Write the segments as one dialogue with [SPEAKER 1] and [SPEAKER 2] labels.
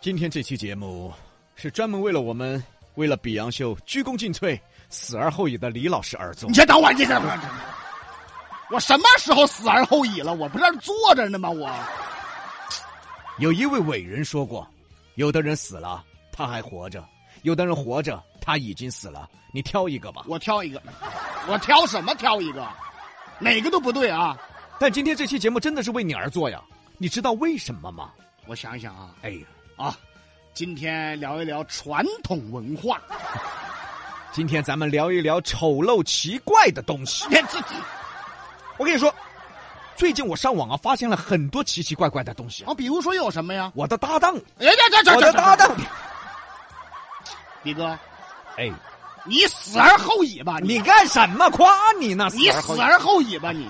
[SPEAKER 1] 今天这期节目是专门为了我们，为了比洋秀鞠躬尽瘁、死而后已的李老师而做
[SPEAKER 2] 你。先等会儿，你先。我什么时候死而后已了？我不是在这坐着呢吗？我
[SPEAKER 1] 有一位伟人说过，有的人死了他还活着，有的人活着他已经死了，你挑一个吧。
[SPEAKER 2] 我挑一个，我挑什么挑一个？哪个都不对啊！
[SPEAKER 1] 但今天这期节目真的是为你而做呀，你知道为什么吗？
[SPEAKER 2] 我想一想啊
[SPEAKER 1] 哎呀，
[SPEAKER 2] 啊，今天聊一聊传统文化。
[SPEAKER 1] 今天咱们聊一聊丑陋奇怪的东西。
[SPEAKER 2] 你看这这，
[SPEAKER 1] 我跟你说，最近我上网啊，发现了很多奇奇怪怪的东西。
[SPEAKER 2] 哦，比如说有什么呀？
[SPEAKER 1] 我的搭档，
[SPEAKER 2] 哎呀，这这
[SPEAKER 1] 我的
[SPEAKER 2] 这
[SPEAKER 1] 搭
[SPEAKER 2] 这，
[SPEAKER 1] 档，
[SPEAKER 2] 李哥，
[SPEAKER 1] 哎，
[SPEAKER 2] 你死而后已吧！
[SPEAKER 1] 你干什么？夸你呢？
[SPEAKER 2] 你
[SPEAKER 1] 后
[SPEAKER 2] 死而后已吧！你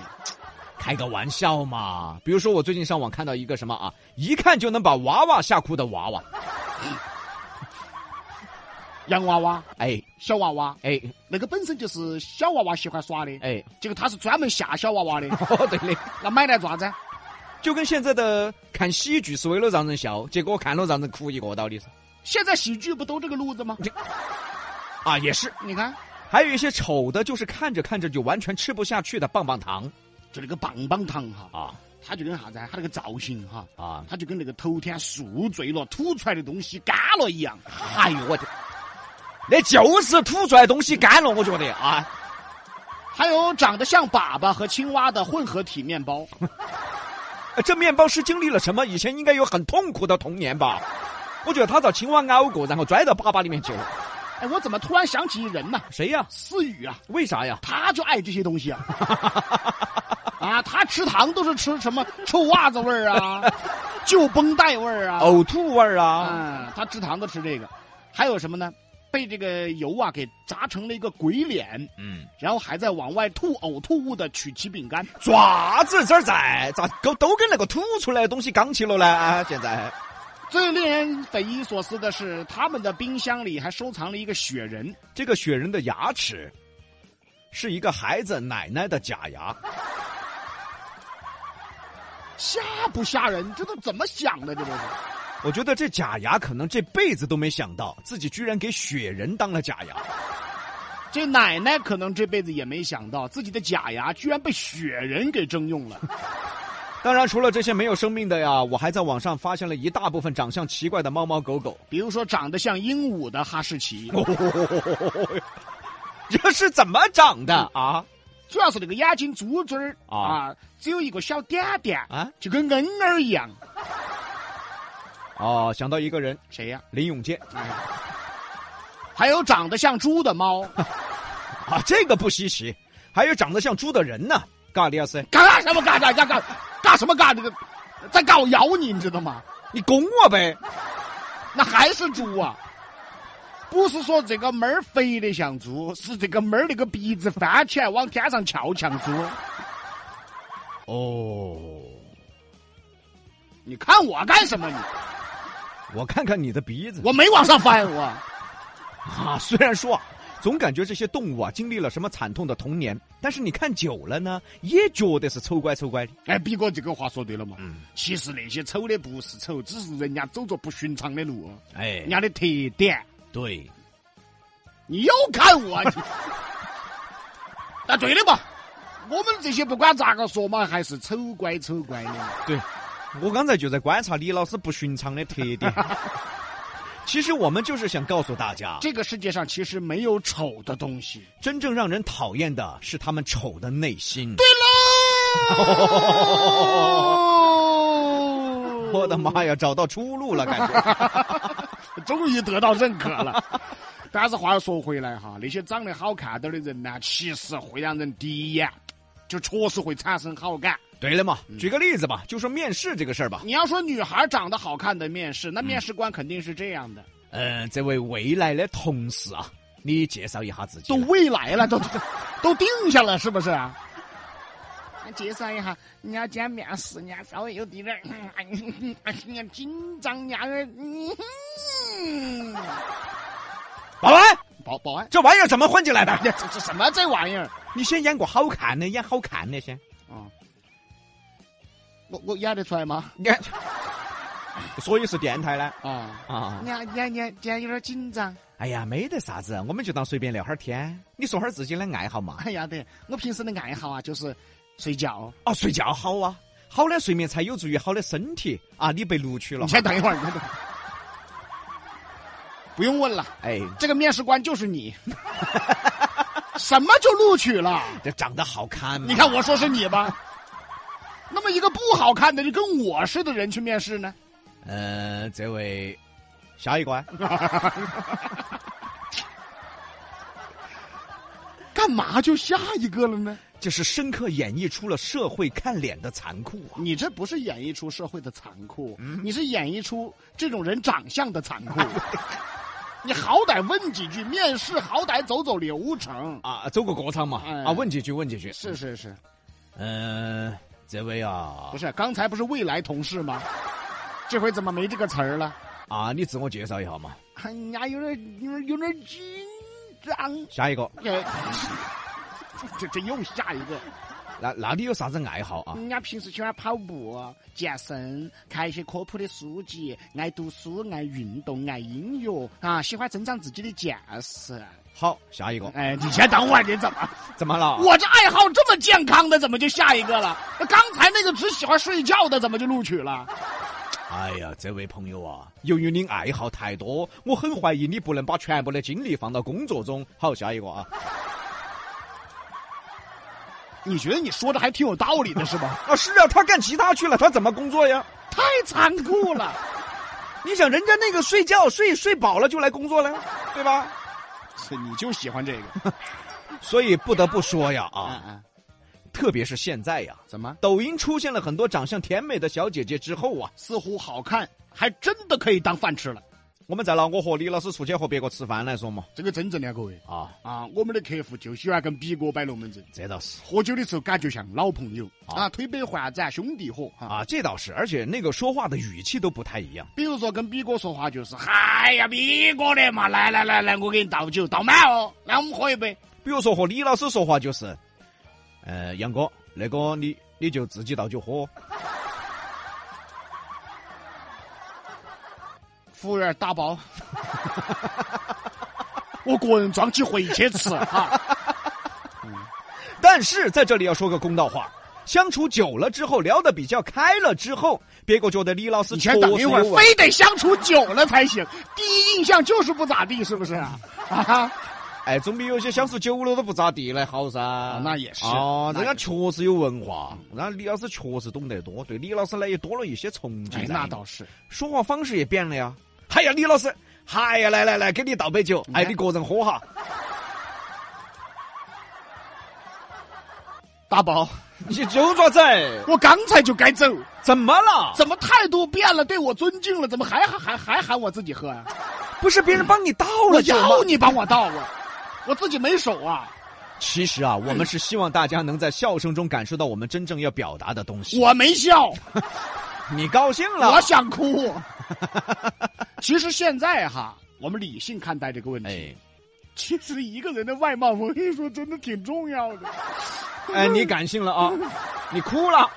[SPEAKER 1] 开个玩笑嘛。比如说，我最近上网看到一个什么啊，一看就能把娃娃吓哭的娃娃，
[SPEAKER 2] 洋娃娃、
[SPEAKER 1] 哎
[SPEAKER 2] 小娃娃，
[SPEAKER 1] 哎
[SPEAKER 2] 那个本身就是小娃娃喜欢耍的，
[SPEAKER 1] 哎，
[SPEAKER 2] 结果他是专门吓小娃娃的，
[SPEAKER 1] 哦对嘞，
[SPEAKER 2] 那买来做啥子？
[SPEAKER 1] 就跟现在的看喜剧是为了让人笑，结果看了让人哭一个道理是
[SPEAKER 2] 现在喜剧不都这个路子吗？
[SPEAKER 1] 啊，也是。
[SPEAKER 2] 你看，
[SPEAKER 1] 还有一些丑的，就是看着看着就完全吃不下去的棒棒糖
[SPEAKER 2] 就那个棒棒糖哈，
[SPEAKER 1] 啊
[SPEAKER 2] 它就跟啥子啊？它那个造型哈，
[SPEAKER 1] 啊！
[SPEAKER 2] 它就跟那个头天宿醉了吐出来的东西干了一样。
[SPEAKER 1] 哎呦我的，那就是吐出来东西干了，我觉得啊。
[SPEAKER 2] 还有长得像粑粑和青蛙的混合体面包，
[SPEAKER 1] 呃这面包师经历了什么？以前应该有很痛苦的童年吧？我觉得他遭青蛙咬过，然后拽到粑粑里面去了。
[SPEAKER 2] 哎，我怎么突然想起人呢、
[SPEAKER 1] 谁呀？
[SPEAKER 2] 思雨啊，
[SPEAKER 1] 为啥呀？
[SPEAKER 2] 他就爱这些东西啊。啊，他吃糖都是吃什么臭袜子味儿啊，旧绷带味儿啊。
[SPEAKER 1] 呕吐味儿啊！
[SPEAKER 2] 啊，他吃糖都吃这个，还有什么呢？被这个油啊给炸成了一个鬼脸，
[SPEAKER 1] 嗯，
[SPEAKER 2] 然后还在往外吐呕吐物的曲奇饼干。
[SPEAKER 1] 爪子这儿在，咋都都跟那个吐出来的东西刚起了呢？啊，现在
[SPEAKER 2] 最令人匪夷所思的是，他们的冰箱里还收藏了一个雪人。
[SPEAKER 1] 这个雪人的牙齿是一个孩子奶奶的假牙。
[SPEAKER 2] 吓不吓人？这都怎么想的？这都是
[SPEAKER 1] 我觉得这假牙可能这辈子都没想到，自己居然给雪人当了假牙。
[SPEAKER 2] 这奶奶可能这辈子也没想到，自己的假牙居然被雪人给征用了。
[SPEAKER 1] 当然，除了这些没有生命的呀，我还在网上发现了一大部分长相奇怪的猫猫狗 狗。
[SPEAKER 2] 比如说长得像鹦鹉的哈士奇，
[SPEAKER 1] 哦，这是怎么长的啊？
[SPEAKER 2] 主要是那个眼睛珠珠儿
[SPEAKER 1] 啊
[SPEAKER 2] 啊，只有一个小点点
[SPEAKER 1] 啊，
[SPEAKER 2] 就跟恩儿一样。
[SPEAKER 1] 哦，想到一个人，
[SPEAKER 2] 谁呀、
[SPEAKER 1] 林永健
[SPEAKER 2] 哎，还有长得像猪的猫，
[SPEAKER 1] 啊，这个不稀奇，还有长得像猪的人呢，嘎利亚斯，
[SPEAKER 2] 干什么干干干干干什么干这个，在搞咬你，你知道吗？
[SPEAKER 1] 你拱我呗！
[SPEAKER 2] 那还是猪啊！不是说这个妹儿肥的像猪，是这个妹儿那个鼻子翻起来往天上翘像猪。
[SPEAKER 1] 哦，
[SPEAKER 2] 你看我干什么你？
[SPEAKER 1] 我看看你的鼻子
[SPEAKER 2] 我没往上翻我。
[SPEAKER 1] 啊，虽然说啊。总感觉这些动物啊，经历了什么惨痛的童年，但是你看久了呢，也觉得是丑乖丑乖的。
[SPEAKER 2] 哎，毕哥这个话说对了嘛？
[SPEAKER 1] 嗯，
[SPEAKER 2] 其实那些丑的不是丑，只是人家走着不寻常的路，
[SPEAKER 1] 哎
[SPEAKER 2] 人，家的特点。
[SPEAKER 1] 对，
[SPEAKER 2] 你又看我， 你啊，对的嘛，我们这些不管咋个说嘛，还是丑乖丑乖的。
[SPEAKER 1] 对，我刚才就在观察李老师不寻常的特 点。其实我们就是想告诉大家，
[SPEAKER 2] 这个世界上其实没有丑的东 西。
[SPEAKER 1] 真正让人讨厌的是他们丑的内心。
[SPEAKER 2] 对喽
[SPEAKER 1] 我的妈呀，找到出路了，感觉。
[SPEAKER 2] 终于得到认可了。 但是话又说回来哈，那些长得好看点的人呢，其实会让人第一眼就确实会产生好感。
[SPEAKER 1] 对了嘛，举个例子吧，就说面试这个事儿吧。
[SPEAKER 2] 你要说女孩长得好看的面试，那面试官肯定是这样的：
[SPEAKER 1] 嗯、这位未来的同事啊，你介绍一下自己
[SPEAKER 2] 都。未来了，都 都定下了，是不啊是？介绍一下，人家今天面试，人家稍微有点嗯哎点，人家紧张，人家有点，嗯，
[SPEAKER 1] 保安，
[SPEAKER 2] 保保安，
[SPEAKER 1] 这玩意儿怎么混进来的？
[SPEAKER 2] 这这什么这玩意儿？
[SPEAKER 1] 你先演个好看的，演好 看的先。
[SPEAKER 2] 啊、我我演得出来吗？
[SPEAKER 1] 你看，所以是电台呢。
[SPEAKER 2] 啊，
[SPEAKER 1] 啊，
[SPEAKER 2] 你你你今天有点紧张。
[SPEAKER 1] 哎呀，没得啥子，我们就当随便聊会儿天，你说会儿自己的爱好嘛。
[SPEAKER 2] 哎呀，对我平时的爱好啊，就是睡觉。
[SPEAKER 1] 哦，睡觉好啊，好的睡眠才有助于好的身体啊。你被录取了
[SPEAKER 2] 你，先等一会儿，你先等。不用问了，
[SPEAKER 1] 哎，
[SPEAKER 2] 这个面试官就是 你。什么就录取了？
[SPEAKER 1] 这长得好看嘛。
[SPEAKER 2] 你看我说是你吧。那么一个不好看的，就跟我似的人去面试呢？
[SPEAKER 1] 呃，这位，下一啊关。
[SPEAKER 2] 干嘛就下一个了呢？
[SPEAKER 1] 就是深刻演绎出了社会看脸的残酷啊！
[SPEAKER 2] 你这不是演绎出社会的残酷，你是演绎出这种人长相的残酷。你好歹问几句，面试好歹走走流程。
[SPEAKER 1] 啊，走个过场嘛，
[SPEAKER 2] 哎
[SPEAKER 1] 啊，问几句，问几句。
[SPEAKER 2] 是，是是，
[SPEAKER 1] 嗯、这位啊
[SPEAKER 2] 不，是刚才不是未来同事吗？这回怎么没这个词儿了？
[SPEAKER 1] 啊，你自我介绍一下嘛。
[SPEAKER 2] 哎呀，有点有点有点紧张。
[SPEAKER 1] 下一个，
[SPEAKER 2] 这这这又下一个。
[SPEAKER 1] 那那你有啥子爱好啊？
[SPEAKER 2] 人家平时喜欢跑步、健身，看一些科普的书籍，爱读书，爱运动，爱音乐啊，喜欢增长自己的见识。
[SPEAKER 1] 好，下一个，
[SPEAKER 2] 哎，你先等会儿，你怎么？
[SPEAKER 1] 怎么了？
[SPEAKER 2] 我这爱好这么健康的，怎么就下一个了？那刚才那个只喜欢睡觉的，怎么就录取了？
[SPEAKER 1] 哎呀，这位朋友啊，由于你爱好太多，我很怀疑你不能把全部的精力放到工作中。好，下一个啊，
[SPEAKER 2] 你觉得你说的还挺有道理的是吧？
[SPEAKER 1] 啊是啊，他干其他去了，他怎么工作呀？
[SPEAKER 2] 太残酷了！
[SPEAKER 1] 你想人家那个睡觉睡睡饱了就来工作了，对吧？
[SPEAKER 2] 是你就喜欢这个
[SPEAKER 1] 所以不得不说呀
[SPEAKER 2] 啊
[SPEAKER 1] 啊，
[SPEAKER 2] 啊？
[SPEAKER 1] 特别是现在呀，
[SPEAKER 2] 怎么？
[SPEAKER 1] 抖音出现了很多长相甜美的小姐姐之后啊，
[SPEAKER 2] 似乎好看还真的可以当饭吃了，
[SPEAKER 1] 我们再拿我和李老师出去和别个吃饭来说嘛，
[SPEAKER 2] 这个真正的啊各位
[SPEAKER 1] 啊，
[SPEAKER 2] 啊，我们的客户就喜欢跟比哥摆龙门阵。
[SPEAKER 1] 这倒是
[SPEAKER 2] 喝酒的时候感觉像老朋友
[SPEAKER 1] 啊
[SPEAKER 2] 啊，推杯换盏，兄弟伙啊。
[SPEAKER 1] 啊，这倒是，而且那个说话的语气都不太一样。
[SPEAKER 2] 比如说跟比哥说话就是，哎呀，比哥的嘛，来来来来，我给你倒酒，倒满哦，来我们喝一杯。
[SPEAKER 1] 比如说和李老师说话就是，呃，杨哥，那个你你就自己倒酒喝，
[SPEAKER 2] 服务员打 包，我个人装起回去吃 哈。
[SPEAKER 1] 但是在这里要说个公道话。相处久了之后，聊得比较开了之后，别个觉得李老师
[SPEAKER 2] 你
[SPEAKER 1] 确实
[SPEAKER 2] 先等一会儿
[SPEAKER 1] 有，问
[SPEAKER 2] 非得相处久了才行。第一印象就是不咋地，是不是 啊？啊哈，
[SPEAKER 1] 哎，总比有些相处久了都不咋地来好噻、
[SPEAKER 2] 那也是
[SPEAKER 1] 哦，
[SPEAKER 2] 那
[SPEAKER 1] 人
[SPEAKER 2] 也
[SPEAKER 1] 家确实有文化，人家李老师确实懂得多，对李老师呢也多了一些崇敬、
[SPEAKER 2] 哎，那倒是。
[SPEAKER 1] 说话方式也变了呀。哎呀，李老师，哎呀，来来来，给你倒杯酒，哎，
[SPEAKER 2] 看
[SPEAKER 1] 你个人喝哈。
[SPEAKER 2] 打包，
[SPEAKER 1] 你就爪子，
[SPEAKER 2] 我刚才就该走。
[SPEAKER 1] 怎么了？
[SPEAKER 2] 怎么态度变了？对我尊敬了，怎么还还还还喊我自己喝啊呀、
[SPEAKER 1] 不是别人帮你倒
[SPEAKER 2] 我
[SPEAKER 1] 了酒
[SPEAKER 2] 要
[SPEAKER 1] 吗？
[SPEAKER 2] 你帮我倒啊，我自己没手啊，
[SPEAKER 1] 其实啊，我们是希望大家能在笑声中感受到我们真正要表达的东西。
[SPEAKER 2] 我没 笑，
[SPEAKER 1] 啊你高兴
[SPEAKER 2] 我
[SPEAKER 1] 了？
[SPEAKER 2] 想哭。 其实现在哈，我们理性看待这个问题。
[SPEAKER 1] 哎
[SPEAKER 2] 其实一个人的外貌，我跟你说，真的挺重要的。
[SPEAKER 1] 哎，你感性了啊？你哭了？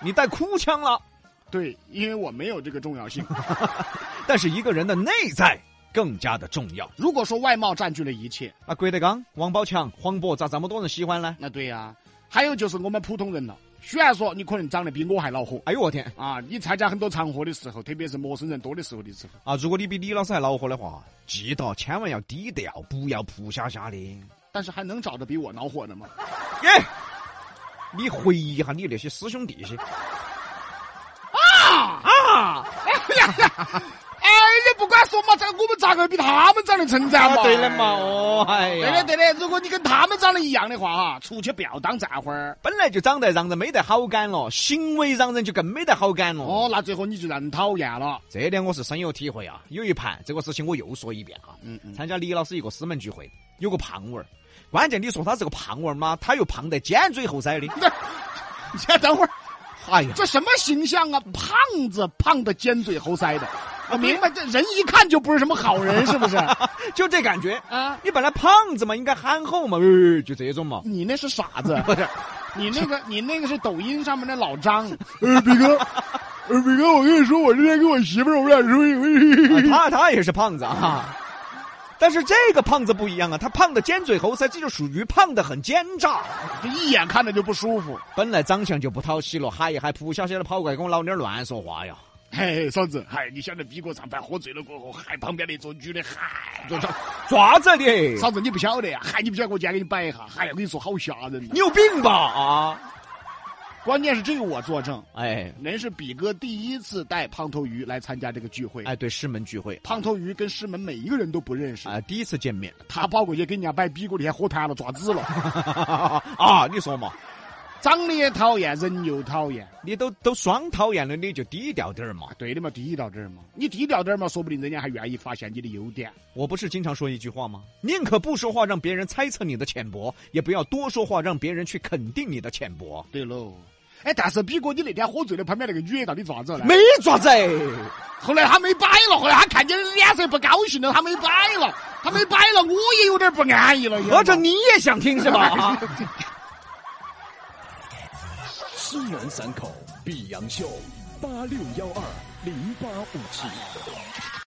[SPEAKER 1] 你带哭腔了？
[SPEAKER 2] 对，因为我没有这个重要性。
[SPEAKER 1] 但是一个人的内在更加的重要。
[SPEAKER 2] 如果说外貌占据了一切，
[SPEAKER 1] 啊，郭德纲、王宝强、黄渤咋这么多人喜欢呢？
[SPEAKER 2] 那对呀、还有就是我们普通人了。虽然说你可能长得比我还恼火
[SPEAKER 1] 哎呦我天
[SPEAKER 2] 啊，你参加很多场合的时候，特别是陌生人多的时候的时候。
[SPEAKER 1] 啊！如果你比李老师还恼火的话，记得千万要低调，不要扑下下的。
[SPEAKER 2] 但是还能找着比我恼火的吗？
[SPEAKER 1] 耶，你回忆一下你那些师兄弟啊些。
[SPEAKER 2] 哎呀呀！ 哎，你不管说嘛，这我们咋个比他们长得称赞啊嘛？
[SPEAKER 1] 啊对的嘛，哦，哎
[SPEAKER 2] 对
[SPEAKER 1] 呀，
[SPEAKER 2] 的对的。如果你跟他们长得一样的话，哈，出去不要当站花儿。
[SPEAKER 1] 本来就长得让人没得好感了，行为让人就更没得好感了。
[SPEAKER 2] 哦
[SPEAKER 1] 哦，，
[SPEAKER 2] 那最后你就让人讨厌了。
[SPEAKER 1] 这点我是深有体会啊。有一盘这个事情我又说一遍啊，
[SPEAKER 2] 嗯嗯，
[SPEAKER 1] 参加李老师一个师门聚会，有个胖娃儿，关键你说他是个胖娃儿嘛，他又胖得尖嘴猴腮的，
[SPEAKER 2] 你先等会儿，
[SPEAKER 1] 哎呀，
[SPEAKER 2] 这什么形象啊？胖子，胖的尖嘴猴腮的。我明白，这人一看就不是什么好人，是不是？
[SPEAKER 1] 就这感觉。
[SPEAKER 2] 啊，
[SPEAKER 1] 你本来胖子嘛，应该憨厚嘛，呃，就这 种嘛。
[SPEAKER 2] 你那是 傻子，
[SPEAKER 1] 不是，
[SPEAKER 2] 你那个你那个是抖音上面的老张。呃，比哥，呃明哥，我跟你说，我之前跟我媳妇儿，我们俩说因
[SPEAKER 1] 啊
[SPEAKER 2] 为
[SPEAKER 1] 他他也是胖子啊，但是这个胖子不一样啊，他胖的尖嘴猴腮，这就属于胖的很奸诈。
[SPEAKER 2] 这一眼看着就不舒服。
[SPEAKER 1] 本来长相就不讨喜了，嗨一嗨，扑下去的跑过来跟我老娘儿乱说话呀！
[SPEAKER 2] 嘿，嫂子，嗨，你晓得逼哥上班喝醉了过后，嗨，旁边那桌女的，嗨，
[SPEAKER 1] 抓抓子你，
[SPEAKER 2] 嫂子你不晓得呀，嗨，你不晓得，我今天给你摆一下，嗨，我跟你说好吓人呐
[SPEAKER 1] 你有病吧啊！
[SPEAKER 2] 关键是这个我作证，
[SPEAKER 1] 哎
[SPEAKER 2] 那是比哥第一次带胖头鱼来参加这个聚会。
[SPEAKER 1] 哎，对，师门聚会
[SPEAKER 2] 胖头鱼跟师门每一个人都不认识，
[SPEAKER 1] 啊，第一次见面
[SPEAKER 2] 他跑过去跟人家摆比哥，你还喝瘫了，抓子了，
[SPEAKER 1] 啊，你说嘛，
[SPEAKER 2] 长得也讨厌，人又讨厌。啊
[SPEAKER 1] 你都都双讨厌了，你就低调点儿嘛。
[SPEAKER 2] 对的嘛，低调点儿嘛，你低调点儿嘛，说不定人家还愿意发现你的优点。
[SPEAKER 1] 我不是经常说一句话吗？宁可不说话，让别人猜测你的浅薄，也不要多说话，让别人去肯定你的浅薄。
[SPEAKER 2] 对喽。哎，但是比哥，你那天喝醉了，旁边那个女的到底咋子了？
[SPEAKER 1] 没爪子，
[SPEAKER 2] 后来他没摆了，后来他看见你脸色不高兴了，他没摆了，他没摆了，我也有点不安逸了。
[SPEAKER 1] 合着你也想听是吧？啊
[SPEAKER 3] 西南散口碧阳秀八六幺二零八五七。